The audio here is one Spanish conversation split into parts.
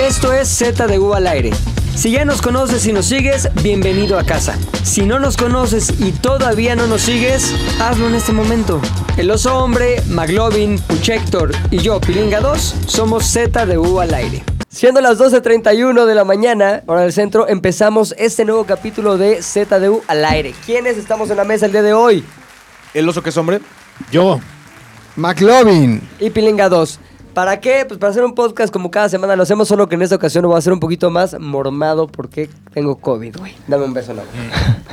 Esto es Z de U al aire. Si ya nos conoces y nos sigues, bienvenido a casa. Si no nos conoces y todavía no nos sigues, hazlo en este momento. El oso hombre, Maglovin, Puchector y yo, Pilinga 2, somos Z de U al aire. Siendo las 12.31 de la mañana, hora del centro, empezamos este nuevo capítulo de ZDU al aire. ¿Quiénes estamos en la mesa el día de hoy? ¿El oso que es hombre? Yo. McLovin. y Pilinga 2. ¿Para qué? Pues para hacer un podcast como cada semana lo hacemos, solo que en esta ocasión lo voy a hacer un poquito más mormado porque tengo COVID, güey. Dame un beso, no.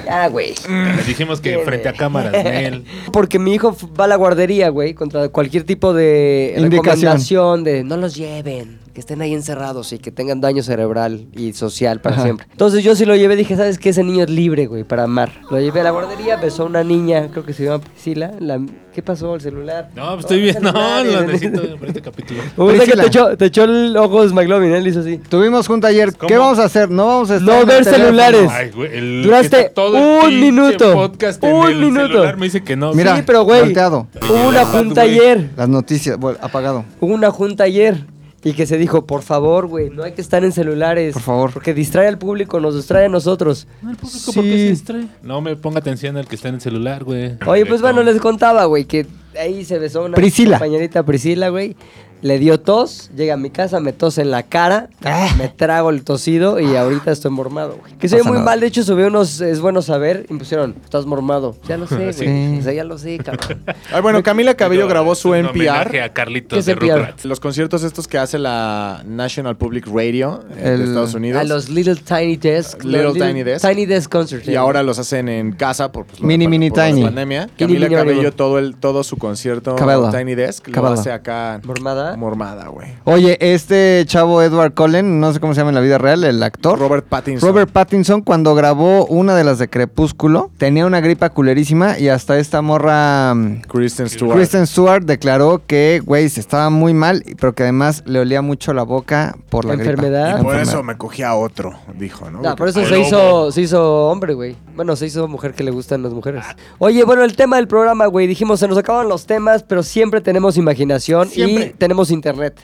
Ya, güey. Les dijimos que frente a cámaras, Nel. eh. Porque mi hijo f- va a la guardería, güey, contra cualquier tipo de Indicación. recomendación de no los lleven, que estén ahí encerrados y que tengan daño cerebral y social para Ajá. siempre. Entonces yo sí lo llevé, dije, ¿sabes qué? Ese niño es libre, güey, para amar. Lo llevé a la guardería, besó a una niña, creo que se llama Priscila. la- ¿Qué pasó? ¿El celular? No, pues estoy bien. el No, celular, lo y- necesito para este capítulo. Ahorita que Priscila. te echó, te echó el ojo de McLovin, él hizo así. Tuvimos junta ayer. ¿Cómo? ¿Qué vamos a hacer? No vamos a estar. No en el ver teléfono. celulares. Ay, güey, el Duraste que está un pinche minuto. podcast en Un el minuto. celular me dice que no. Mira, sí, pero güey, volteado. hubo una junta ayer, Las noticias. Bueno, apagado. hubo una junta ayer y que se dijo, por favor, güey, no hay que estar en celulares. Por favor. Porque distrae al público, nos distrae a nosotros. No, el público, Sí. pues, ¿por qué se distrae? No me ponga atención al que está en el celular, güey. Oye, pues Directo. bueno, les contaba, güey, que ahí se besó una Priscila. compañerita Priscila, güey. Le dio tos, llega a mi casa, me tose en la cara, me trago el tosido y ahorita estoy mormado, güey. Que soy Pasa muy nada. mal, de hecho subí unos, es bueno saber, y me pusieron, estás mormado. Ya lo sé, güey. Sí. O sea, ya lo sé, cabrón. Ay, bueno, Camila Cabello grabó su Un homenaje NPR. a ¿Qué Carlitos de es NPR? Rugrats. Los conciertos estos que hace la National Public Radio eh, El- de Estados Unidos. A los Little Tiny Desk. Little los Tiny Desk. Tiny Desk Concert. y ahora los hacen en casa por, pues, lo Mini, de- mini, por la tiny. pandemia. Camila mini, mini. Cabello todo el todo su concierto Cabello. Tiny Desk lo Cabello. hace acá ¿Mormada? mormada, güey. Oye, este chavo Edward Cullen, no sé cómo se llama en la vida real, el actor. Robert Pattinson. Robert Pattinson, cuando grabó una de las de Crepúsculo, tenía una gripa culerísima y hasta esta morra mm, Kristen Stewart. Kristen Stewart declaró que, güey, se estaba muy mal, pero que además le olía mucho la boca por la gripa. Enfermedad. La Por enfermedad. eso me cogí a otro, dijo, ¿no? No, por eso Ay, se no, hizo, güey. se hizo hombre, güey. Bueno, se hizo mujer que le gustan las mujeres. Oye, bueno, el tema del programa, güey. Dijimos, se nos acaban los temas, pero siempre tenemos imaginación y Siempre. tenemos internet.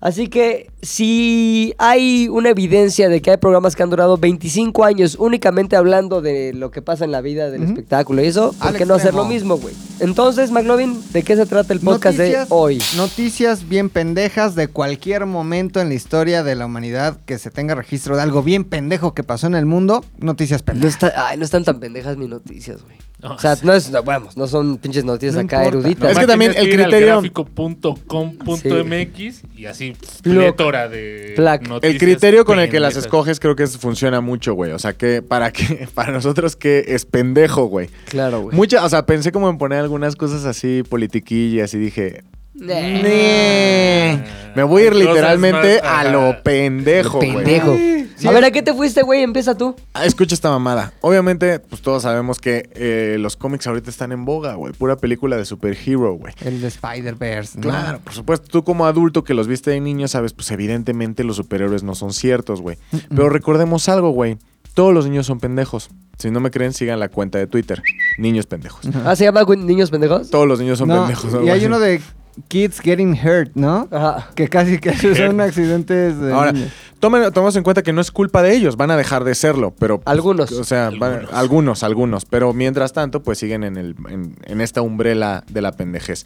Así que si hay una evidencia de que hay programas que han durado 25 años únicamente hablando de lo que pasa en la vida del espectáculo y eso, ¿por Al qué no hacer lo extremo. mismo, güey? Entonces, McLovin, ¿de qué se trata el podcast noticias, de hoy? Noticias bien pendejas de cualquier momento en la historia de la humanidad que se tenga registro de algo bien pendejo que pasó en el mundo. Noticias No, pendejas. está- ay, no están tan pendejas mis noticias, güey. No, o sea, no es, no, vamos, no son pinches noticias No acá importa. eruditas. Es Nomás que también tienes el ir al criterio- gráfico.com.mx y así Ploc. plétora de Plac. El noticias criterio con el que las pendejas. escoges creo que es- funciona mucho, güey. O sea, que para que para nosotros que es pendejo, güey. Claro, güey. Mucha, o sea, pensé como en poner algunas cosas así politiquillas y dije, Eh. "Nee, me voy a ir Cosas literalmente más, a ajá. lo pendejo, güey." Pendejo. Sí. A ver, ¿a qué te fuiste, güey? Empieza tú. Ah, escucha esta mamada. Obviamente, pues todos sabemos que eh, los cómics ahorita están en boga, güey. Pura película de superhero, güey. El de Spider-Verse. ¿no? Claro, por supuesto, tú como adulto que los viste de niño, sabes, pues evidentemente los superhéroes no son ciertos, güey. Pero recordemos algo, güey. Todos los niños son pendejos. Si no me creen, sigan la cuenta de Twitter. Niños pendejos. Ah, ¿se llama güey, Niños Pendejos? Todos los niños son Mm. No, pendejos. ¿no, y hay güey? uno de Kids Getting Hurt, ¿no? Ajá. Que casi que son accidentes de Ahora, niños. tomen, tomemos en cuenta que no es culpa de ellos, van a dejar de serlo, pero... pues, Algunos. O sea, van- algunos. Algunos. algunos, pero mientras tanto, pues siguen en, el, en, en esta umbrela de la pendejez.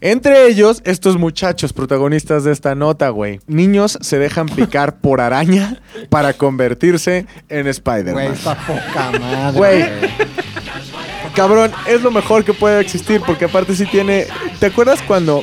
Entre ellos, estos muchachos protagonistas de esta nota, güey. Niños se dejan picar por araña para convertirse en Güey, Spider-Man. está poca madre. Güey. Cabrón, es lo mejor que puede existir porque aparte sí tiene... ¿Te acuerdas cuando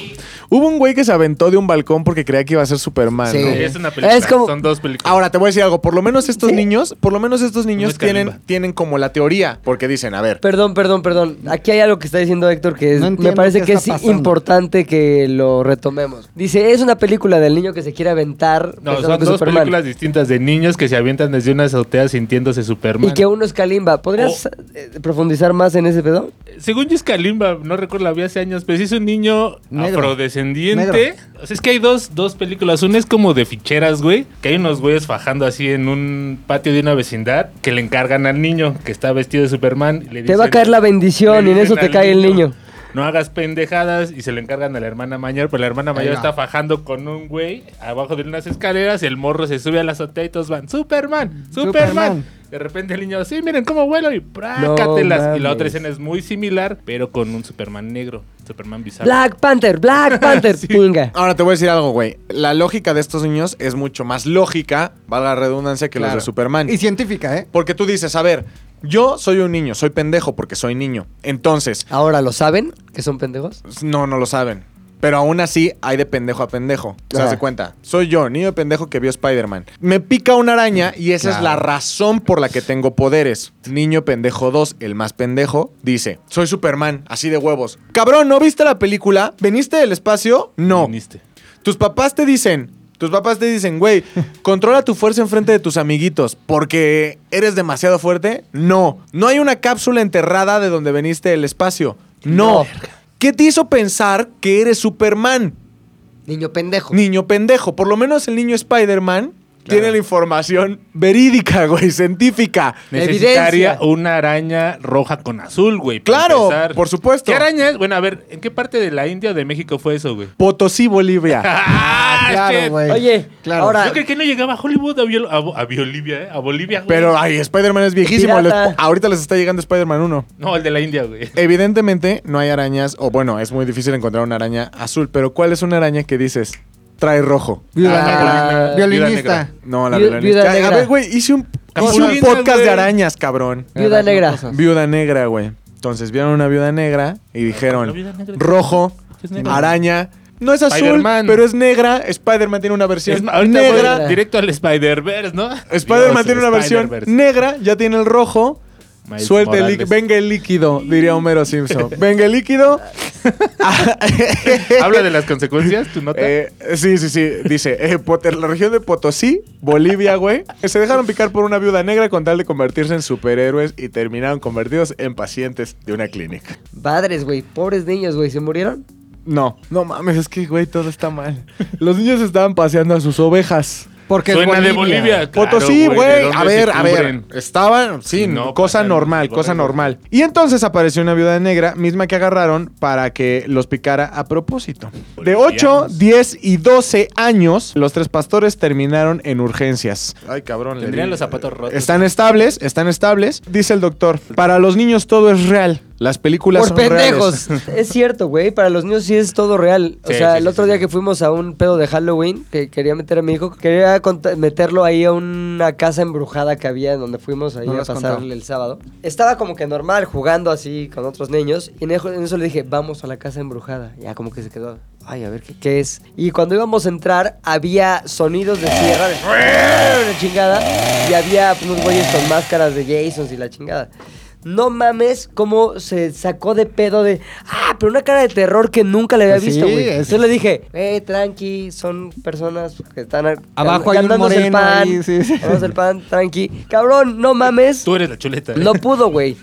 hubo un güey que se aventó de un balcón porque creía que iba a ser Superman? Sí. ¿no? Es una película, Es como- son dos películas. Ahora te voy a decir algo, por lo menos estos niños, por lo menos estos No es niños Kalimba. tienen, tienen como la teoría, porque dicen, a ver, Perdón, perdón, perdón. Aquí hay algo que está diciendo Héctor que es- No me entiendo parece qué que es está pasando. importante que lo retomemos. Dice, es una película del niño que se quiere aventar No, pensando son que es dos Superman. películas distintas de niños que se avientan desde una azotea sintiéndose Superman. Y que uno es Kalimba. ¿Podrías Oh. eh, profundizar más en ese pedo? Según yo es Kalimba, no recuerdo, la vi hace años, pero sí es un niño Negro. afrodescendiente. Negro. O sea, es que hay dos, dos películas. Una es como de ficheras, güey, que hay unos güeyes fajando así en un patio de una vecindad que le encargan al niño que está vestido de Superman. y le te va a dicen- caer la bendición le y en eso dicen te al cae el niño. no hagas pendejadas y se lo encargan a la hermana mayor, pero la hermana mayor Ahí va. está fajando con un güey abajo de unas escaleras, el morro se sube a las azotea y todos van, Superman, Mm, Superman. Superman. De repente el niño, sí, miren cómo vuelo y prácatelas. y la otra mames. escena es muy similar, pero con un Superman negro, Superman bizarro. Black Panther, Black Panther, punga. Ahora te voy a decir algo, güey. La lógica de estos niños es mucho más lógica, valga la redundancia, que los Claro. de Superman. Y científica, ¿eh? Porque tú dices, a ver, yo soy un niño, soy pendejo porque soy niño. Entonces, Ahora, ¿lo saben? ¿Que son pendejos? no, no lo saben. Pero aún así hay de pendejo a pendejo. ¿Se Ajá. das de cuenta? Soy yo, niño de pendejo que vio Spider-Man. Me pica una araña y esa es la razón por la que tengo poderes. Niño pendejo 2, el más pendejo, dice, soy Superman, así de huevos. Cabrón, ¿no viste la película? ¿Veniste del espacio? No. Viniste. Tus papás te dicen, tus papás te dicen, güey, controla tu fuerza enfrente de tus amiguitos porque eres demasiado fuerte. No, no hay una cápsula enterrada de donde veniste del espacio. No. ¿Qué te hizo pensar que eres Superman? Niño pendejo. Niño pendejo. Por lo menos el niño Spider-Man tiene la información verídica, güey, científica. Necesitaría Evidencia. una araña roja con azul, güey. para Claro, empezar. por supuesto. ¿Qué araña es? Bueno, a ver, ¿en qué parte de la India o de México fue eso, güey? Potosí, Bolivia. ¡Ah, shit! Claro, güey. Oye, claro. ahora- Yo creí que no llegaba a Hollywood, a, Biol- a Bo- a Bolivia, ¿eh? A Bolivia, güey. Pero, ay, Spider-Man es viejísimo. Pirata. Les- ahorita les está llegando Spider-Man 1. No, el de la India, güey. Evidentemente no hay arañas, o bueno, es muy difícil encontrar una araña azul, pero ¿cuál es una araña que dices trae rojo? Viuda- Ah, viuda violinista. negra. No, la Viu- violinista. viuda Ay, A negra. ver, güey, hice un, hice un Capulina, podcast güey. de arañas, cabrón. Viuda negra. Cosas. Viuda negra, güey. Entonces vieron una viuda negra y la dijeron viuda negra. rojo, Es negra. araña. No es azul, Spider-Man. pero es negra. Spider-Man tiene una Es versión ma- ahorita voy negra. directo al Spider-Verse, ¿no? Spider-Man Dios, tiene una versión Spider-Verse. negra, ya tiene el rojo. Miles Suelta el Morales. líquido. Venga el líquido, diría Homero Simpson. Venga el líquido. Habla de las consecuencias, tu nota. Eh, sí, sí, sí. Dice, eh, Potter, la región de Potosí, Bolivia, güey, se dejaron picar por una viuda negra con tal de convertirse en superhéroes y terminaron convertidos en pacientes de una clínica. Padres, güey. Pobres niños, güey. ¿Se murieron? No, no mames, es que, güey, todo está mal. Los niños estaban paseando a sus ovejas. Porque es Suena de Bolivia. claro, Potosí, ¿de güey. dónde A se ver, a ver. cubren? Estaban, sí, No, cosa pasaron normal, los cosa borregos. normal. Y entonces apareció una viuda negra, misma que agarraron para que los picara a propósito. De 8, Bolivianos. 10 y 12 años, los tres pastores terminaron en urgencias. Ay, cabrón. le Tendrían di- los zapatos rotos. Están estables, están estables. Dice el doctor, para los niños todo es real. Las películas Por son pendejos. reales. Es cierto, güey. Para los niños sí es todo real. O Sí, sea, sí, el sí, otro sí, día sí. que fuimos a un pedo de Halloween, que quería meter a mi hijo, quería cont- meterlo ahí a una casa embrujada que había donde fuimos ahí No lo a has pasarle contado. el sábado. Estaba como que normal, jugando así con otros niños. Y en eso en eso le dije, vamos a la casa embrujada. Ya como que se quedó. Ay, a ver, ¿qué, qué es? Y cuando íbamos a entrar, había sonidos de sierra, de una chingada, y había unos güeyes con máscaras de Jasons y la chingada. No mames cómo se sacó de pedo de... Ah, pero una cara de terror que nunca le había Pues sí, visto, güey. es- Entonces le dije, eh, tranqui, son personas que están... a- Abajo hay un ganándose el moreno pan, ahí, sí, sí. ganándose el pan, tranqui. Cabrón, no mames. Tú eres la chuleta. ¿eh? No pudo, güey.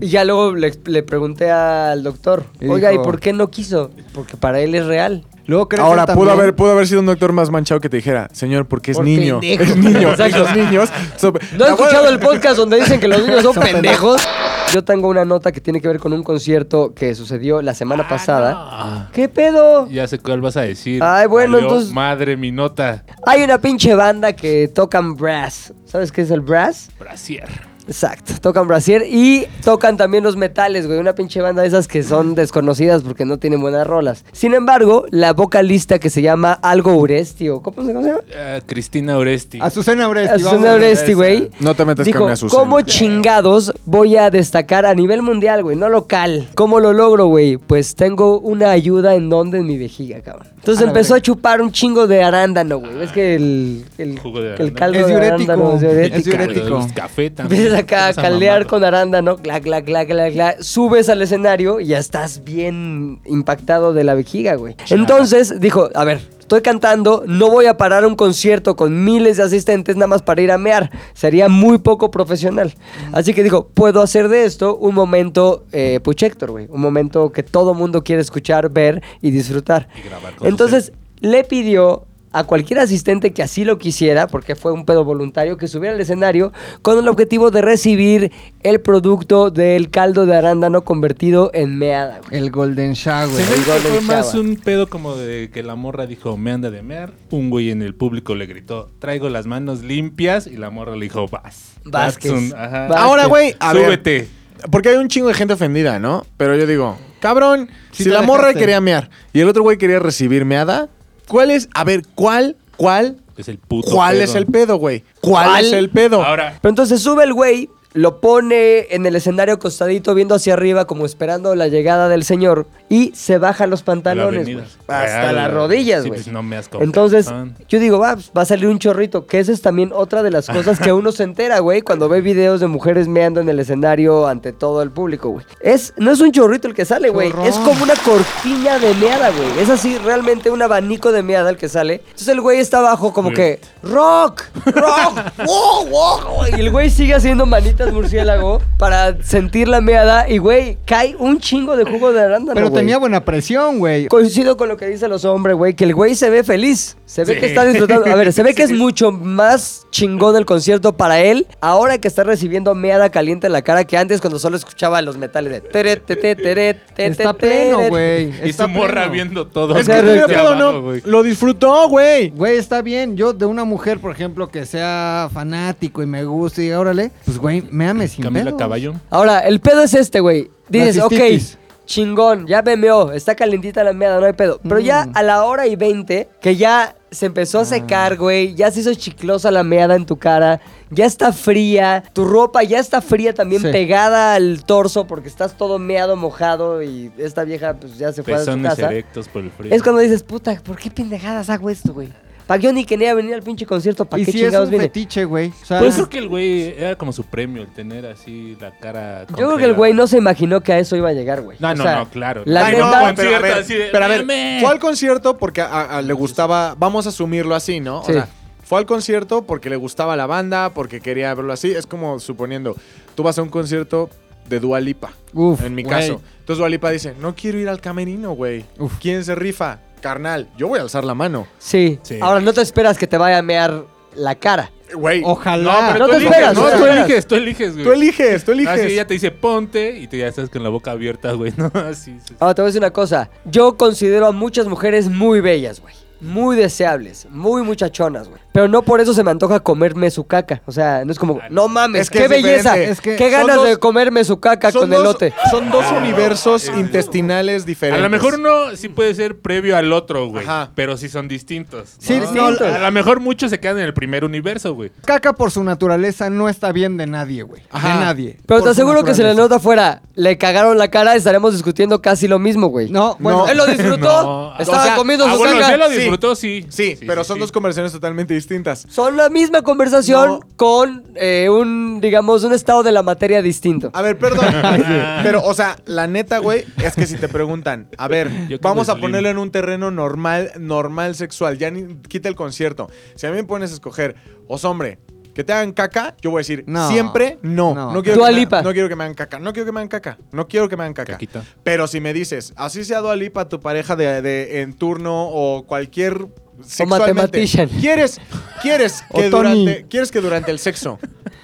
Y ya luego le, le pregunté al doctor, Y oiga, dijo- ¿y por qué no quiso? Porque para él es real. Luego crecen Ahora, pudo también- haber, pudo haber sido un doctor más manchado que te dijera, señor, porque es Por niño. pendejo. Es niño. y Exacto. los niños. son- ¿No he La abuela- escuchado el podcast donde dicen que los niños son pendejos? Yo tengo una nota que tiene que ver con un concierto que sucedió la semana pasada. Ah, ¿Qué pedo? ya sé cuál vas a decir. Ay, bueno, Valió entonces- Madre, mi nota. Hay una pinche banda que tocan brass. ¿Sabes qué es el brass? Brasier. Exacto, tocan brasier y tocan también los metales, güey, una pinche banda de esas que son desconocidas porque no tienen buenas rolas. Sin embargo, la vocalista que se llama Algo Uresti, o ¿cómo se cómo se llama? Ah, Cristina Oresti. Azucena Oresti. Azucena vámonos. Oresti, este eh. güey. No te metas Dijo, con mi Azucena. ¿cómo chingados voy a destacar a nivel mundial, güey? No local. ¿Cómo lo logro, güey? Pues tengo una ayuda en donde en mi vejiga, cabrón. Entonces A la empezó a verga. chupar un chingo de arándano, güey. Es que el, el, Jugo de el arándano. caldo Es de diurético. arándano es Es diurético. diurético. Pero el Café también. Empiezas acá a Esa caldear mamada. con arándano, clac, clac, clac, clac, clac. Subes al escenario y ya estás bien impactado de la vejiga, güey. Entonces dijo, a ver, estoy cantando, no voy a parar un concierto con miles de asistentes nada más para ir a mear. Sería muy poco profesional. Mm. Así que dijo, puedo hacer de esto un momento eh, Puchector, güey. Un momento que todo mundo quiere escuchar, ver y disfrutar. Y grabar con Entonces le pidió a cualquier asistente que así lo quisiera, porque fue un pedo voluntario, que subiera al escenario con el objetivo de recibir el producto del caldo de arándano convertido en meada. güey. El Golden Shower. Se ve que Golden fue más Shower. un pedo como de que la morra dijo, me anda de mear. Un güey en el público le gritó, traigo las manos limpias. Y la morra le dijo, vas. Vázquez. That's un- ajá. Va- Ahora, güey, a ver, Súbete. Porque hay un chingo de gente ofendida, ¿no? Pero yo digo, cabrón, Sí si te la morra dejaste. quería mear y el otro güey quería recibir meada, ¿cuál es? A ver, ¿cuál? ¿Cuál? Es el puto ¿Cuál pedo. es el pedo, güey? ¿Cuál, ¿Cuál? es el pedo? Ahora, Pero entonces sube el güey, lo pone en el escenario acostadito, viendo hacia arriba, como esperando la llegada del señor, y se baja los pantalones. avenida. güey, hasta Ah, las la- rodillas, sí, güey. pues, no me has Entonces, contado, pan. yo digo, va, pues, va a salir un chorrito, que esa es también otra de las cosas que uno se entera, güey, cuando ve videos de mujeres meando en el escenario ante todo el público, güey. Es, no es un chorrito el que sale, güey, Chorrón. es como una cortina de meada, güey. Es así, realmente un abanico de meada el que sale. Entonces el güey está abajo como Sí. que, rock, rock, wow, wow, güey. Y el güey sigue haciendo manitas murciélago para sentir la meada y, güey, cae un chingo de jugo de arándano, Pero güey. tenía buena presión, güey. Coincido con lo que dicen los hombres, güey, que el güey se ve feliz. Se ve Sí. que está disfrutando. A ver, se ve que es mucho más chingón el concierto para él ahora que está recibiendo meada caliente en la cara que antes cuando solo escuchaba los metales de... tere, te, te, tere, te, Está te, tere. pleno, güey. Y Está su morra pleno. viendo todo. Es que sea, no desde tiene pedo, abajo, ¿no? güey. Lo disfrutó, güey. Güey, está bien. Yo, de una mujer, por ejemplo, que sea fanático y me guste, y órale, pues, güey, me ames sin Camila pedos. Caballo. Ahora, el pedo es este, güey. Dices, La ok, cistitis. chingón, ya me meó, está calentita la meada, no hay pedo. Pero ya Mm. a la hora y 20, que ya se empezó a Ah. secar, güey, ya se hizo chiclosa la meada en tu cara, ya está fría, tu ropa ya está fría también Sí. pegada al torso porque estás todo meado, mojado y esta vieja pues ya se fue a Pezones su casa. erectos por el frío. Es cuando dices, puta, ¿por qué pendejadas hago esto, güey? Pa' yo ni quería venir al pinche concierto, ¿para Y qué si es chingados un vine? fetiche, güey. O sea, Pues creo que el güey era como su premio, el tener así la cara. Yo creo que el güey no se imaginó que a eso iba a llegar, güey. No, O no, sea, no, claro. La Ay, neta, no, güey, pero a ver, así de, pero a ver, "Meme". fue al concierto porque a- a- le gustaba, vamos a asumirlo así, ¿no? Sí. O sea, fue al concierto porque le gustaba la banda, porque quería verlo así. Es como suponiendo, tú vas a un concierto de Dua Lipa, Uf, en mi güey. caso. Entonces Dua Lipa dice, no quiero ir al camerino, güey. Uf. ¿Quién se rifa? Carnal, yo voy a alzar la mano. Sí. Sí. Ahora no te esperas que te vaya a mear la cara. Güey. Ojalá. No, pero No tú te eliges, esperas, no, o sea, tú eliges. eliges, tú eliges, güey. Tú eliges, tú eliges. Así Ah, ya te dice ponte y tú ya estás con la boca abierta, güey. No, así. sí, sí. Ahora te voy a decir una cosa. Yo considero a muchas mujeres muy bellas, güey. Muy deseables, muy muchachonas, güey. Pero no por eso se me antoja comerme su caca. O sea, no es como, no mames, Ah, Es que qué es belleza. diferente. Es que qué son ganas de dos- comerme su caca Son con dos- elote. Son dos Ah, universos intestinales A diferentes. lo mejor uno sí puede ser previo al otro, güey. Ajá. Pero sí son distintos. ¿no? Sí, No, no, siento. A lo mejor muchos se quedan en el primer universo, güey. Caca por su naturaleza no está bien de nadie, güey. Ajá. De nadie. Pero Por te su aseguro que si la naturaleza. nota fuera, le cagaron la cara, estaremos discutiendo casi lo mismo, güey. No, bueno. Él lo disfrutó, No. Oh, estaba O sea, comiendo ah, su bueno, caca. si él lo Sí. disfrutó, sí. Sí, pero son sí. dos conversiones totalmente distintas. Son la misma conversación No. con eh, un, digamos, un estado de la materia distinto. Ah, A ver, perdón. Pero, o sea, la neta, güey, es que si te preguntan, a ver, quiero vamos a salir. ponerlo en un terreno normal, normal sexual, ya ni quita el concierto. Si a mí me pones a escoger, os hombre, que te hagan caca, yo voy a decir, No. siempre no. No. No, quiero Dua que me- Lipa. no quiero que me hagan caca, no quiero que me hagan caca, no quiero que me hagan caca. Caquita. Pero si me dices, así sea Dualipa, tu pareja de, de- en turno o cualquier sexualmente, mathematician. ¿Quieres, quieres, O que Tony. durante, ¿Quieres que durante el sexo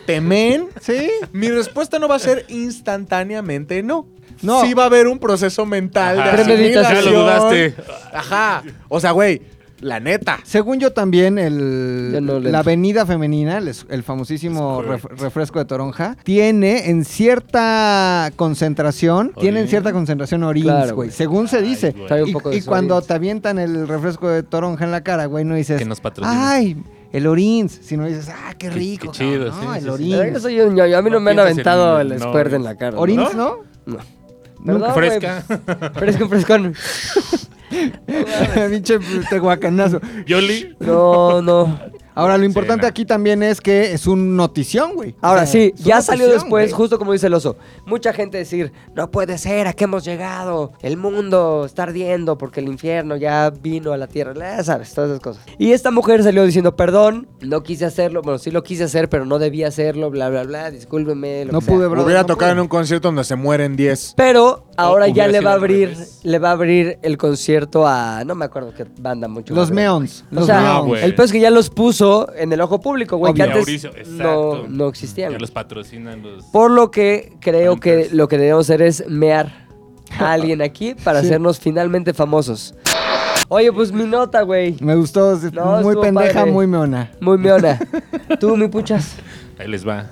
temen? Sí. Mi respuesta no va a ser instantáneamente no. No. Sí va a haber un proceso mental Ajá. de asimilación. Premeditación. Ya lo dudaste. Ajá. O sea, güey, la neta. Según yo también, el, Yo no le la entro. avenida femenina, el, es- el famosísimo Es correcto. ref- refresco de toronja, tiene en cierta concentración, tiene en Orín. cierta concentración orines, Claro, güey. güey. Según se Ay, dice. güey. Trae un Y- poco y de su cuando orines. te avientan el refresco de toronja en la cara, güey, no dices, Que nos patrocinen. ay, el orins, sino dices, ah, qué rico. qué chido, cabrón, sí, ¿no? sí, el sí. La verdad, Yo orins. soy un ñoño, a mí no, No me han pienses en aventado el- el no, squirt güey. en la cara. Orins, ¿no? Perdón, güey, Fresca. pues, Fresco, frescón. Pinche tehuacanazo. Yoli. No, no. Ahora, lo Sí, importante no. aquí también es que es un notición, güey. Ahora O sea, sí, es una ya salió notición, después, güey. justo como dice el oso, mucha gente decir, no puede ser, ¿a qué hemos llegado? El mundo está ardiendo porque el infierno ya vino a la tierra, ya sabes, todas esas cosas. Y esta mujer salió diciendo, perdón, no quise hacerlo, bueno, sí lo quise hacer, pero no debía hacerlo, bla, bla, bla, discúlpeme. lo No que sea". pude, bro. Hubiera no tocado pude. en un concierto donde se mueren 10. Pero ahora ya hubiera le sido va a al abrir, revés. le va a abrir el concierto a, no me acuerdo qué banda mucho. Los meones. meons. O Los sea, Ah, meons. güey. el peor es que ya los puso en el ojo público, güey, que Obvio. antes Mauricio, no, exacto. no existían. Ya los patrocinan los. Por lo que creo que Painters. lo que debemos hacer es mear a alguien aquí para hacernos finalmente famosos. Oye, pues mi nota, güey. Me gustó. es No, muy estuvo pendeja, padre. muy meona. Muy meona. Tú, mi puchas. Ahí les va.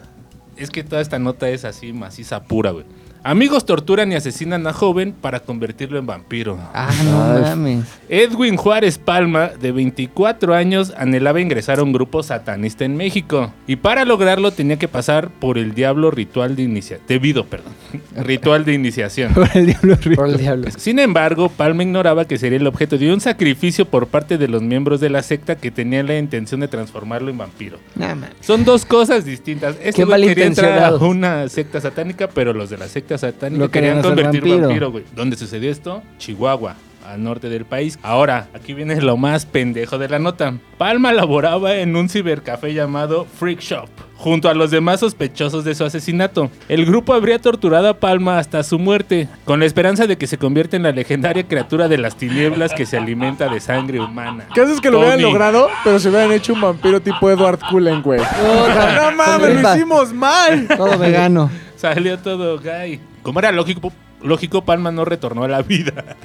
Es que toda esta nota es así, maciza pura, güey. Amigos torturan y asesinan a joven para convertirlo en vampiro. Ah, no Ay. mames. Edwin Juárez Palma, de 24 años, anhelaba ingresar a un grupo satanista en México. Y para lograrlo tenía que pasar por el diablo ritual de iniciación. Debido, perdón. ritual de iniciación. Por el diablo río. Por el diablo. Sin embargo, Palma ignoraba que sería el objeto de un sacrificio por parte de los miembros de la secta que tenían la intención de transformarlo en vampiro. Nada más. Son dos cosas distintas. Qué Este güey quería entrar a malintencionados. una secta satánica, pero los de la secta satánica Lo querían querían hacer convertir vampiro. vampiro, güey. ¿Dónde sucedió esto? Chihuahua, al norte del país. Ahora, aquí viene lo más pendejo de la nota. Palma laboraba en un cibercafé llamado Freak Shop. Junto a los demás sospechosos de su asesinato, el grupo habría torturado a Palma hasta su muerte, con la esperanza de que se convierta en la legendaria criatura de las tinieblas que se alimenta de sangre humana. ¿Qué haces que lo hubieran Tony. logrado? Pero se hubieran hecho un vampiro tipo Edward Cullen, güey. no mames, lo rifa. hicimos mal. Todo vegano. Salió todo gay. Como era lógico, lógico, Palma no retornó a la vida.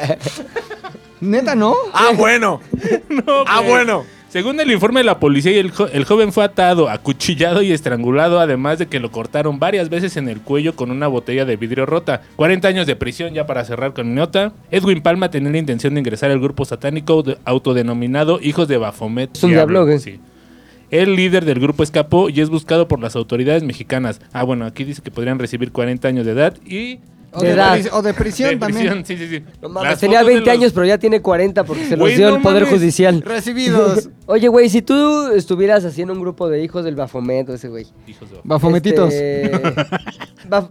Neta, ¿no? Ah, bueno. No, Ah, güey. bueno. Según el informe de la policía, el, jo- el joven fue atado, acuchillado y estrangulado, además de que lo cortaron varias veces en el cuello con una botella de vidrio rota. 40 años de prisión ya para cerrar con mi nota. Edwin Palma tenía la intención de ingresar al grupo satánico de- autodenominado Hijos de Bafomet. Es un diablo, güey. Sí. El líder del grupo escapó y es buscado por las autoridades mexicanas. Ah, bueno, aquí dice que podrían recibir 40 años de edad y... O De de, edad. pri- o de prisión de también. prisión, sí, sí, sí. No mames, Las tenía fotos de 20 los- años, pero ya tiene 40 porque se los Güey, dio no el Poder mames. Judicial. Recibidos. Oye, güey, si tú estuvieras haciendo un grupo de hijos del Bafomet, o ese güey. Hijos de- Bafometitos.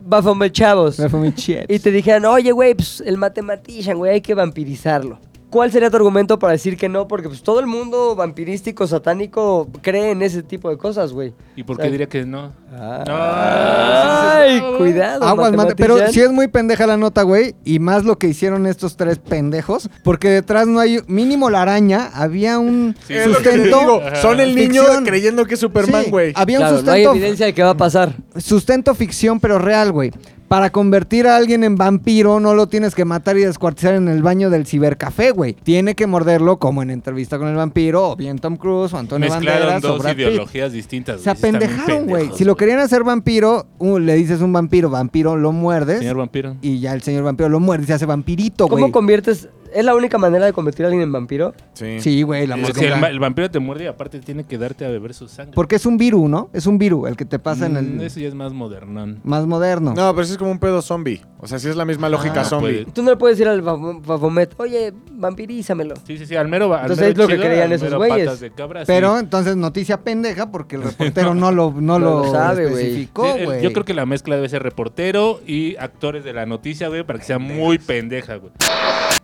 Bafomet chavos. Bafomichiet. Y te dijeran, oye, güey, pues, el matematician, güey, hay que vampirizarlo. ¿Cuál sería tu argumento para decir que no? Porque pues todo el mundo vampirístico, satánico, cree en ese tipo de cosas, güey. ¿Y por O sea, qué diría que no? Ay, No. cuidado. Aguas, mate. Pero matematician. sí es muy pendeja la nota, güey. Y más lo que hicieron estos tres pendejos. Porque detrás no hay. Mínimo la araña. Había un Sí, Es lo que te digo. sustento. Son el niño Ficción. creyendo que es Superman, Sí, Ah, güey. había un Claro, no hay sustento. evidencia de que va a pasar. sustento ficción, pero real, güey. Para convertir a alguien en vampiro, no lo tienes que matar y descuartizar en el baño del cibercafé, güey. Tiene que morderlo, como en entrevista con el vampiro, o bien Tom Cruise, o Antonio Mezclaron Banderas, o dos Brad Pitt. ideologías distintas. Se güey. Sí, están bien apendejaron, güey. pendejos, Si lo querían hacer vampiro, uh, le dices un vampiro, vampiro, lo muerdes. Señor vampiro. y ya el señor vampiro lo muerde y se hace vampirito, ¿Cómo güey. conviertes? ¿Es la única manera de convertir a alguien en vampiro? Sí, güey, la Es mosca. que el, ma- el vampiro te muerde y aparte tiene que darte a beber su sangre. Porque es un virus, ¿no? Es un virus el que te pasa en el Mm, Eso ya es más modernón. más moderno. No, pero eso es como un pedo zombie. O sea, sí es la misma lógica Ah, zombie. Tú no le puedes decir al Bafo- Bafomet, oye, vampirízamelo. Sí, sí, sí, al mero va- al Entonces, mero es lo que chido, creían al esos mero güeyes. patas de cabra, sí. Pero entonces noticia pendeja porque el reportero no lo, no No lo, lo sabe, güey. especificó, Sí, el- güey. Yo creo que la mezcla debe ser reportero y actores de la noticia, güey, para que sea muy pendeja, güey.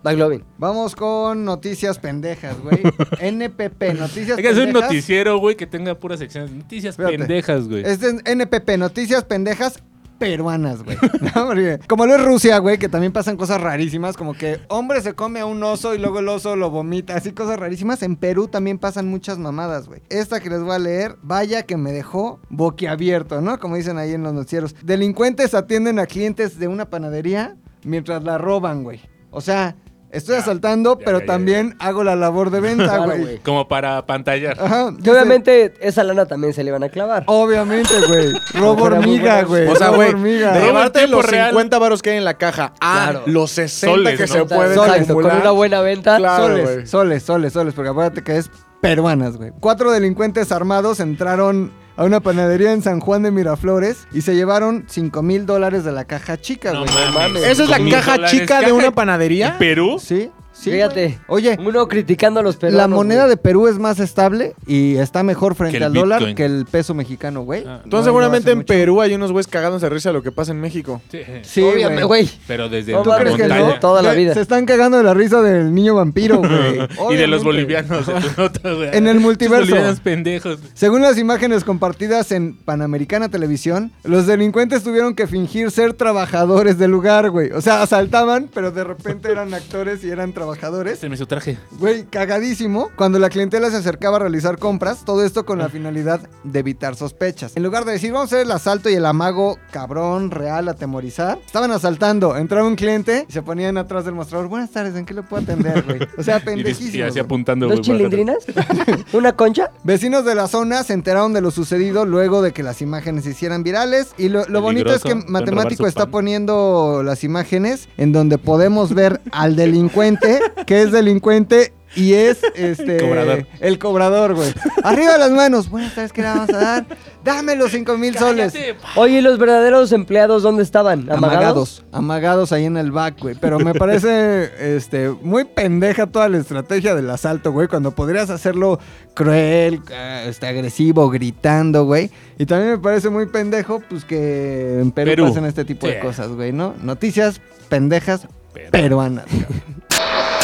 McLovin. Vamos con noticias pendejas, güey. NPP, noticias Hay que pendejas. hacer un noticiero, güey, que tenga puras secciones. Noticias Espérate. pendejas, güey. Es de NPP, noticias pendejas peruanas, güey. No, porque como lo es Rusia, güey, que también pasan cosas rarísimas, como que hombre se come a un oso y luego el oso lo vomita, así cosas rarísimas. En Perú también pasan muchas mamadas, güey. Esta que les voy a leer, vaya que me dejó boquiabierto, ¿no? Como dicen ahí en los noticieros. Delincuentes atienden a clientes de una panadería mientras la roban, güey. O sea, estoy Ya, asaltando, ya, pero ya, ya, también hago la labor de venta, Claro, güey. güey. Como para pantallar. Ajá. Que dice- obviamente esa lana también se le van a clavar. Obviamente, güey. Robo Fuera muy hormiga, buena. güey. O sea, Robo güey, hormiga. de Robo en llevarte tiempo los real. 50 varos que hay en la caja a Claro. los 60 Soles, que ¿no? se Exacto, pueden Exacto, con acumular. una buena venta. Claro, soles, güey. soles, soles, soles, porque acuérdate que es peruanas, güey. Cuatro delincuentes armados entraron a una panadería en San Juan de Miraflores y se llevaron 5 mil dolares de la caja chica, güey. mames. ¿Esa es la Mil caja dólares, chica de caja una panadería? ¿En Perú? ¿Sí? Sí, Fíjate. güey. Oye, Uno criticando a los peruanos. la moneda güey. de Perú es más estable y está mejor frente Que el al dólar Bitcoin. que el peso mexicano, güey. Ah. Entonces, No, no Entonces, seguramente hace en mucho. Perú hay unos güeyes cagándose de risa de lo que pasa en México. Sí. Sí, Obviamente, güey. Pero desde ¿Tú ¿Tú la crees que montaña. no? Todo- Toda la vida. Se están cagando de la risa del niño vampiro, güey. Y de los Obviamente. bolivianos. de tu nota, güey. En el Esos multiverso. bolivianos pendejos. Según las imágenes compartidas en Panamericana Televisión, los delincuentes tuvieron que fingir ser trabajadores del lugar, güey. O sea, asaltaban, pero de repente eran actores y eran trabajadores. Este me hizo traje. Güey, cagadísimo. Cuando la clientela se acercaba a realizar compras, todo esto con Mm. la finalidad de evitar sospechas. En lugar de decir, vamos a hacer el asalto y el amago cabrón, real, atemorizar, estaban asaltando. Entraba un cliente y se ponían atrás del mostrador. Buenas tardes, ¿en qué le puedo atender, güey? O sea, Y, dis- y pendejísimo. así apuntando. ¿Dos güey, para atrás. chilindrinas? ¿Una concha? Vecinos de la zona se enteraron de lo sucedido luego de que las imágenes se hicieran virales. Y lo, lo bonito es que Peligroso, pueden Matemático robar su está pan. poniendo las imágenes en donde podemos ver al delincuente, que es delincuente. Y es este Cobrador. el cobrador, güey. Arriba las manos. Buenas tardes, ¿qué le vamos a dar? Dame los cinco mil soles. Cállate, pa. Oye, ¿y los verdaderos empleados dónde estaban? ¿Amagados? Amagados, amagados ahí en el back, güey. Pero me parece este, muy pendeja toda la estrategia del asalto, güey. Cuando podrías hacerlo cruel, eh, este, agresivo, gritando, güey. Y también me parece muy pendejo, pues que en Perú, Perú. pasan este tipo Sí. de cosas, güey, ¿no? Noticias pendejas Pero- peruanas. cabrón.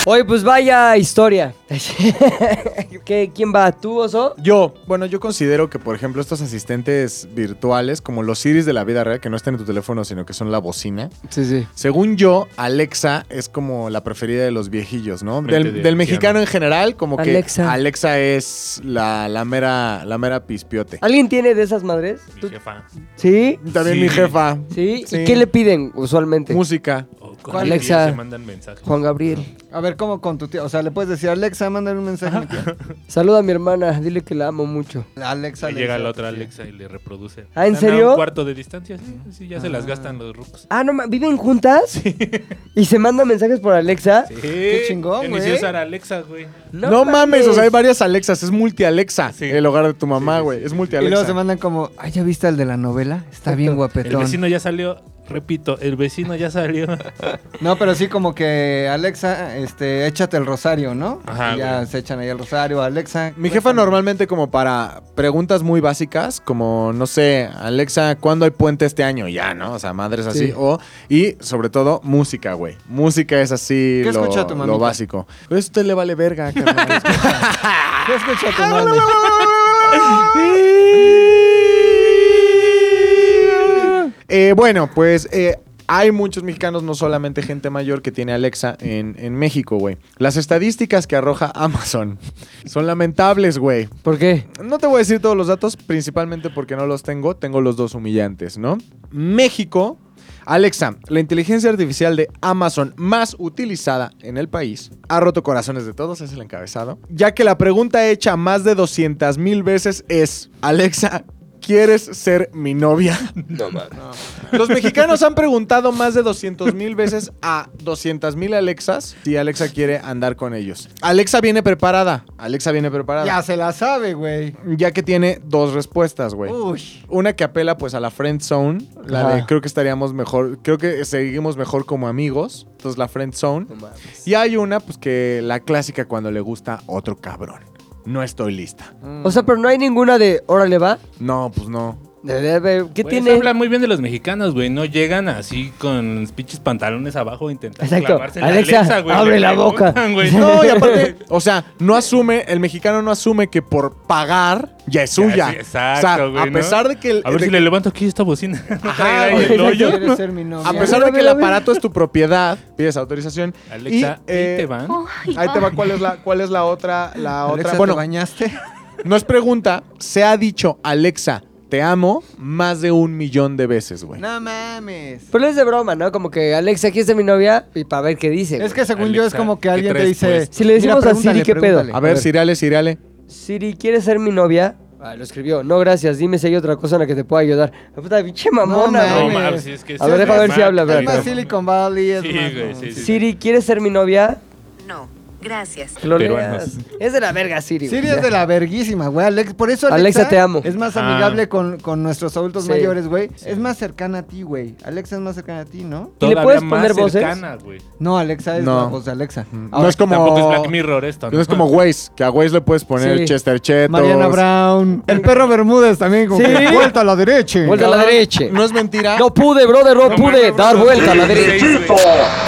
Oye, pues vaya historia. ¿Qué, ¿Quién va? ¿Tú, oso? Yo, bueno, yo considero que, por ejemplo, estos asistentes virtuales, como los Siris de la vida real, que no están en tu teléfono, sino que son la bocina. Sí, sí. Según yo, Alexa es como la preferida de los viejillos, ¿no? Mente Del, de del anciano. mexicano en general, como que Alexa. Alexa es la, la mera, la mera pispiote. ¿Alguien tiene de esas madres? Mi ¿Tú- jefa. ¿Sí? También Sí. mi jefa. ¿Sí? Sí. ¿Y qué le piden usualmente? Música. O con Alexa. el que se mandan mensajes. Juan Gabriel. A ver, ¿cómo con tu tía? O sea, le puedes decir, Alexa, mándale un mensaje. a mi tía. Saluda a mi hermana, dile que la amo mucho. Alexa, Ahí Alexa. Llega la otra Alexa y le reproduce. Ah, ¿en Están a serio? Un cuarto de distancia. Sí, sí, ya se las gastan los rucos. Ah, no, ma- ¿viven juntas? ¿Y se mandan mensajes por Alexa? Sí. chingón, Ya güey. Inicié a usar Alexa, güey. No, mames. o sea, hay varias Alexas. Es multi-Alexa. El hogar de tu mamá, güey. Es Y luego multi-Alexa. se mandan como, ay, ¿ya viste al de la novela? Está bien El guapetón. vecino ya salió. Repito, el vecino ya salió. No, pero sí como que Alexa, este, échate el rosario, ¿no? Ajá, Y ya güey. se echan ahí el rosario, Alexa. Mi jefa normalmente como para preguntas muy básicas, como, no sé, Alexa, ¿cuándo hay puente este año? Ya, ¿no? O sea, madres así. Sí. O, y sobre todo, música, güey. Música es así ¿Qué lo, escucha tu mamita? lo básico. Pues a usted le vale verga, carnal. ¿Qué escucha Ah, tu mami? Eh, bueno, pues eh, hay muchos mexicanos, no solamente gente mayor, que tiene Alexa en, en México, güey. Las estadísticas que arroja Amazon son lamentables, güey. ¿Por qué? No te voy a decir todos los datos, principalmente porque no los tengo. Tengo los dos humillantes, ¿no? México. Alexa, la inteligencia artificial de Amazon más utilizada en el país, ha roto corazones de todos, es el encabezado, ya que la pregunta hecha más de 200 mil veces es, Alexa, ¿quieres ser mi novia? No mames. Los mexicanos han preguntado más de 200 mil veces a 200 mil Alexas si Alexa quiere andar con ellos. Alexa viene preparada, Alexa viene preparada. Ya se la sabe, güey. Ya que tiene dos respuestas, güey. Uh. Uy. Una que apela pues a la friend zone, la de Ajá. creo que estaríamos mejor, creo que seguimos mejor como amigos, entonces la friend zone. Y hay una pues que la clásica cuando le gusta otro cabrón. No estoy lista. Mm. O sea, pero no hay ninguna de, órale, va. No, pues no. De- de- de- ¿Qué Güey, tiene? eso habla muy bien de los mexicanos, güey. No llegan así con pinches pantalones abajo intentando Exacto. clavarse la Alexa, güey. abre Le la boca. preguntan, güey. No, y aparte, o sea, no asume, el mexicano no asume que por pagar ya es suya. sí, o sea, exacto, güey, a ¿no? pesar de que el, A ver de que- si le levanto aquí esta bocina. Traiga ahí güey. el hoyo. ¿Quieres ser mi novia? a pesar de que el Mira, mira, mira. aparato es tu propiedad, pides autorización. Alexa, y, eh, ahí te van. Ahí te va cuál es la, cuál es la otra, la Alexa, otra. ¿te Bueno, bañaste? Nos pregunta, se ha dicho Alexa, te amo más de un millón de veces, güey. No mames. Pero es de broma, ¿no? Como que, Alexa, aquí está mi novia, y para ver qué dice. Es güey. que según yo es Alexa, como que ¿qué alguien te traes pues? dice... puesto? Si le decimos a Siri, pregúntale, ¿qué pedo? pregúntale. a ver, a ver. Siriale, Siriale. Siri, ¿quieres ser mi novia? Ah, lo escribió. No, gracias. Dime si hay otra cosa en la que te pueda ayudar. La puta pinche mamona, mames. No güey. ma- mames, es que A ver, sí, deja no ver si mames, habla, a ver. Es güey. más Silicon Valley, es Sí, más... güey, sí, sí. Siri, ¿quieres ser mi novia? No, Gracias. Lo Peruanos. leas. Es de la verga, Siri. güey. Siria es de la verguísima, güey. Alex, por eso Alexa, Alexa, te amo. es más Ah. amigable con, con nuestros adultos Sí. mayores, güey. Es más cercana a ti, güey. Alexa es más cercana a ti, ¿Y ¿no? le Todavía puedes más poner voces? cercana, güey. No, Alexa es No. la voz de Alexa. Mm. no es como. Tampoco es Black Mirror esto, ¿no? no es como Waze, que a Waze le puedes poner Sí. Chester Chetos. Mariana Brown. El perro Bermúdez también, como Sí. que, vuelta a la derecha. Vuelta a la derecha. No es mentira. No pude, brother, no, No, pude bueno, dar no, vuelta a la sí, derecha. sí, güey.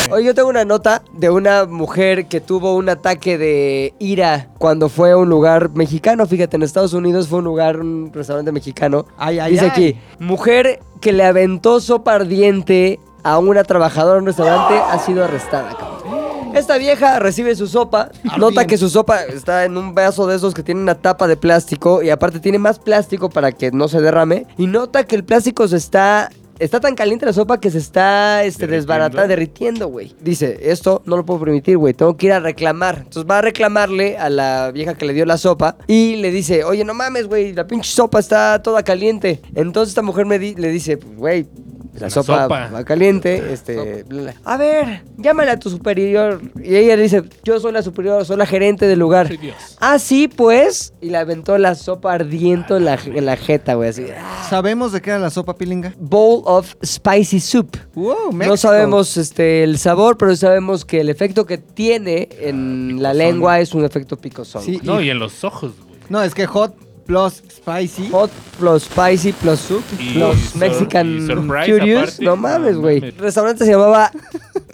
Oye, yo tengo una nota de una mujer que tuvo un ataque de ira cuando fue a un lugar mexicano. Fíjate, en Estados Unidos fue un lugar, un restaurante mexicano. Ay, ay, Dice ay. aquí, mujer que le aventó sopa ardiente a una trabajadora en un restaurante ha sido arrestada. cabrón. Esta vieja recibe su sopa, Ah, nota que su sopa está en un vaso de esos que tiene una tapa de plástico y aparte tiene más plástico para que no se derrame y nota que el plástico se está está tan caliente la sopa que se está este Derritiendo. desbaratando, derritiendo, güey. Dice, esto no lo puedo permitir, güey. Tengo que ir a reclamar. Entonces va a reclamarle a la vieja que le dio la sopa y le dice, oye, no mames, güey, la pinche sopa está toda caliente. Entonces esta mujer me di- le dice, güey, la La sopa, sopa. va caliente, este, bla, bla. a ver, llámale a tu superior. Y ella le dice, yo soy la superior, soy la gerente del lugar. Ay, Dios. Ah, sí, pues. Y le aventó la sopa ardiente en la, en la jeta, güey, así. ¿Sabemos de qué era la sopa pilinga? Bowl of spicy soup. Wow, No sabemos este, el sabor, pero sabemos que el efecto que tiene en la lengua es un efecto picosón. Sí. güey. No, y en los ojos, güey. No, es que hot plus spicy. Hot plus spicy plus soup Y plus sur- Mexican y surprise Curious. aparte. No mames, No güey. mames. El restaurante se llamaba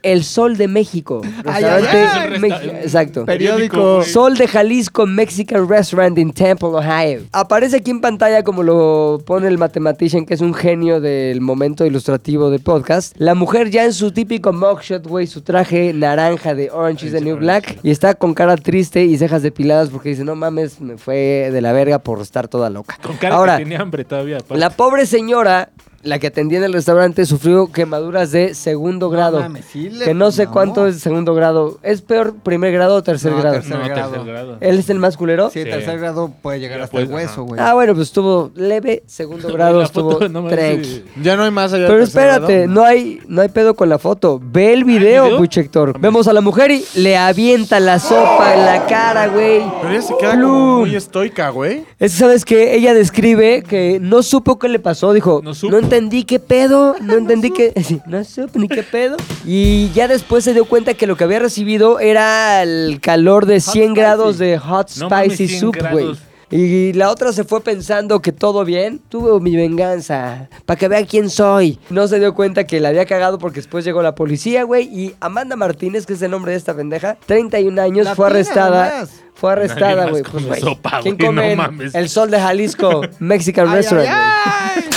El Sol de México. Ay, ay, Restaurante ay. Mex- Exacto. Periódico. güey. Sol de Jalisco Mexican Restaurant in Temple, Ohio. Aparece aquí en pantalla como lo pone el matematician, que es un genio del momento ilustrativo de podcast. La mujer ya en su típico mugshot, güey, su traje naranja de Orange is the New Black. Y está con cara triste y cejas depiladas porque dice, no mames, me fue de la verga por estar toda loca. Con cara Ahora, que tenía hambre todavía. aparte. la pobre señora, la que atendía en el restaurante, sufrió quemaduras de segundo grado. mames, sí le- que no sé no. cuánto es segundo grado. ¿Es peor primer grado o tercer No, grado? tercer No, grado. tercer grado. ¿Él es el más culero? Sí, Sí. tercer grado puede llegar Ya hasta el pues, ajá. hueso, güey. Ah, bueno, pues estuvo leve, segundo grado La foto, estuvo no mames, tranqui. sí. Ya no hay más allá Pero del tercer espérate, grado. no hay, no hay pedo con la foto. Ve el video, video? Buchector. Vemos a la mujer y le avienta la sopa en la cara, güey. Pero ella se queda como Plum. muy estoica, güey. Es que sabes que ella describe que no supo qué le pasó, dijo, no, No supo. entendí qué pedo, no entendí qué, sí, no supo ni qué pedo. Y ya después se dio cuenta que lo que había recibido era el calor de 100 spicy. grados de hot No mames, spicy 100 soup, güey. grados. Y la otra se fue pensando que todo bien. Tuve mi venganza. Para que vea quién soy. No se dio cuenta que la había cagado porque después llegó la policía, güey. Y Amanda Martínez, que es el nombre de esta pendeja, 31 años, La fue pila, arrestada. nomás. Fue arrestada, más güey. come Pues, güey, sopa, ¿Quién güey? No come en mames. el sol de Jalisco Mexican Ay, Restaurant? ay, ay. güey?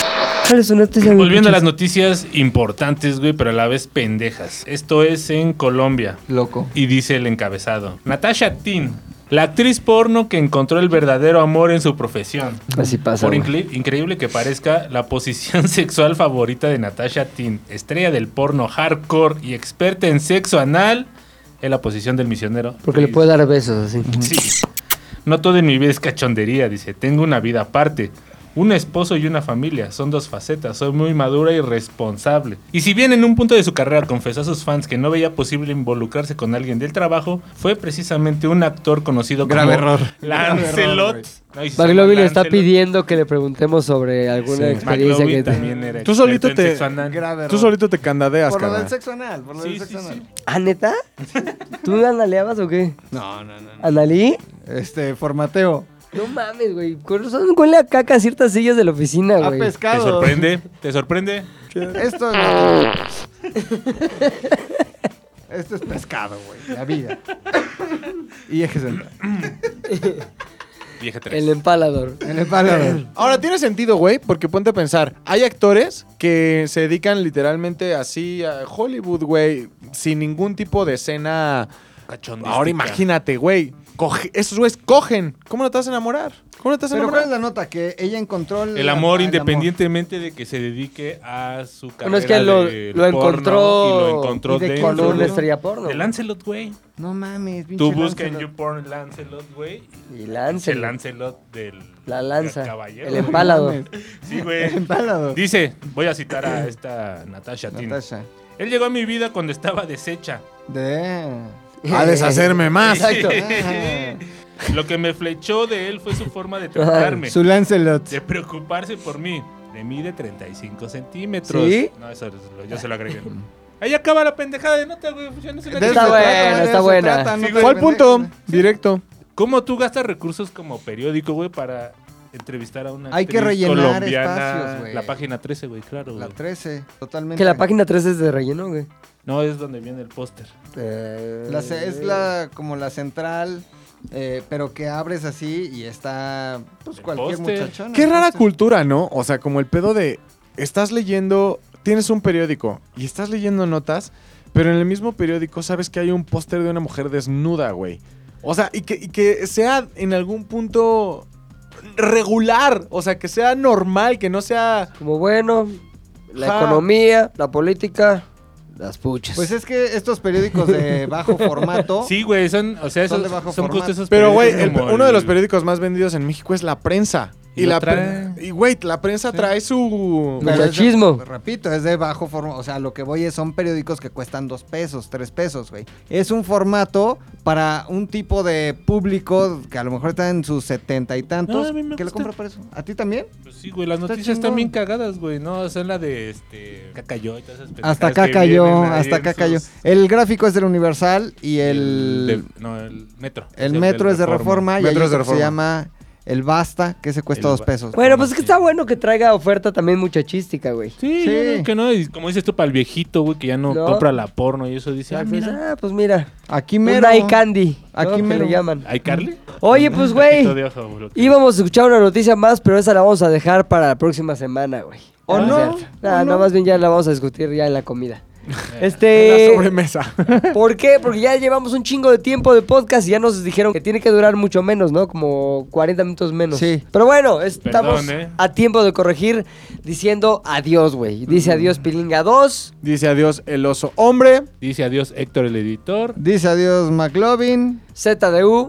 ¿Cuál es su noticia, güey? Volviendo a las noticias importantes, güey, pero a la vez pendejas. Esto es en Colombia. Loco. Y dice el encabezado. Natasha Tin, la actriz porno que encontró el verdadero amor en su profesión. Así pasa, Por güey. incre- increíble que parezca, la posición sexual favorita de Natasha Tin, estrella del porno hardcore y experta en sexo anal, es la posición del misionero. Porque le Luis. puede dar besos así. Sí. No todo en mi vida es cachondería, dice. Tengo una vida aparte. Un esposo y una familia. Son dos facetas. Soy muy madura y responsable. Y si bien en un punto de su carrera confesó a sus fans que no veía posible involucrarse con alguien del trabajo, fue precisamente un actor conocido Grave como error. Grave error, Lancelot. güey. No, y se llama McLovin le está Lancelot. pidiendo que le preguntemos sobre alguna Sí. experiencia McLovin que también era Tú experto solito en te- sexo anal. Grave error. Tú solito te candadeas, Por lo carnal. del sexo anal, por lo Sí, del sí, sexo sí. anal. ¿Ah, neta? ¿Tú analeabas o qué? No, no, no. ¿Analí? Este, formateo. No mames, güey. Con razón huele a caca a ciertas sillas de la oficina, A güey. ¿Te pescado. sorprende? ¿Te sorprende? Esto es. Esto es pescado, güey. La vida. Y eje central. Vieja tres. El empalador. En el palo. güey. Ahora, tiene sentido, güey, porque ponte a pensar. Hay actores que se dedican literalmente así a Hollywood, güey, sin ningún tipo de escena. Cachondística. Ahora imagínate, güey. coge- esos güeyes cogen. ¿Cómo no te vas a enamorar? ¿Cómo no te vas a Pero ¿cuál es enamorar? la nota? Que ella encontró Ah, El amor independientemente de que se dedique a su carrera Bueno, es que lo, de lo porno encontró. y lo encontró y de- dentro con un una de- estrella porno. de Lancelot, güey. No mames, pinche Tú buscas en Lancelot. YouPorn Lancelot, güey. Y Es El Lancelot. Lancelot del La lanza. del caballero. El empalador. Sí, güey. El empalador. Dice, voy a citar a esta Natasha Tin. Natasha. Él llegó a mi vida cuando estaba deshecha. De. a deshacerme más. Exacto. Lo que me flechó de él fue su forma de tratarme, Su Lancelot. de preocuparse por mí. De mí de 35 centímetros. ¿Sí? No, eso es- yo se lo agregué. Ahí acaba la pendejada de nota, güey. Ya no se la De Está eso digo. se bueno, trata, de está eso se buena. trata, no Sí, te ¿Cuál pendejes, punto? güey. Directo. ¿Cómo tú gastas recursos como periódico, güey, para entrevistar a una Hay que actriz rellenar colombiana? espacios, güey. La página 13, güey, claro, La güey. 13, totalmente. Que la página 3 es de relleno, güey. No, es donde viene el póster. Este, La ce- es la como la central, eh, pero que abres así y está pues El cualquier póster. muchachón. Qué el rara póster. cultura, ¿no? O sea, como el pedo de estás leyendo, tienes un periódico y estás leyendo notas, pero en el mismo periódico sabes que hay un póster de una mujer desnuda, güey. O sea, y que, y que sea en algún punto regular, o sea, que sea normal, que no sea... Como bueno, la Ja. economía, la política, las puchas. Pues es que estos periódicos de bajo formato Sí, güey, son, o sea, Son esos, de bajo son formato. justo esos Pero, güey, periódicos el- como uno de el- los periódicos más vendidos en México es La Prensa. Y, Y lo la trae. pre- y, güey, la prensa trae su... Pero es de- pues, Muchachismo. repito, es de bajo formato. O sea, lo que voy es, son periódicos que cuestan dos pesos, tres pesos, güey. Es un formato para un tipo de público que a lo mejor está en sus setenta y tantos. No, a mí me que lo gusta. compra por eso. ¿A ti también? Pues sí, güey, las Está noticias están chingón. bien cagadas, güey, ¿no? Son la de, este, Cacayo y todas esas pendejadas Hasta acá que cayó, vienen ahí hasta en acá cayó. sus- El gráfico es del Universal y el... del- no, el metro. El metro del es de reforma, y hay Metro es de otro que se Reforma. llama el Basta, que se cuesta El dos Ba- pesos. Bueno, pues es que está bueno que traiga oferta también muchachística, güey. Sí, Sí. yo digo que no, y como dices tú, para el viejito, güey, que ya no, No. compra la porno y eso dice, ah, Pues, mira, ah, pues mira. Aquí Un mero. eye candy. Aquí Aquí me mero. le llaman. ¿hay Carly? Oye, pues, güey. Taquito de ojo, bro. Íbamos a escuchar una noticia más, pero esa la vamos a dejar para la próxima semana, güey. Ah, ¿O es no? cierto. ¿O Nada, no? nada más bien ya la vamos a discutir ya en la comida. La Este, sobremesa. ¿por qué? Porque ya llevamos un chingo de tiempo de podcast y ya nos dijeron que tiene que durar mucho menos, ¿no? Como 40 minutos menos. Sí. Pero bueno, estamos Perdón, ¿eh? a tiempo de corregir diciendo adiós, güey. Dice adiós Pilinga 2. Dice adiós el oso hombre. Dice adiós Héctor el editor. Dice adiós McLovin. ZDU.